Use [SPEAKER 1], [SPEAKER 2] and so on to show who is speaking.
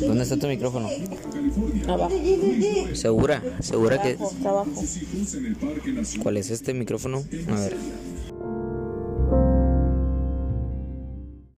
[SPEAKER 1] ¿Dónde está tu micrófono?
[SPEAKER 2] Abajo.
[SPEAKER 1] ¿Segura? ¿Segura que...?
[SPEAKER 2] Trabajo, trabajo.
[SPEAKER 1] ¿Cuál es este micrófono? A ver.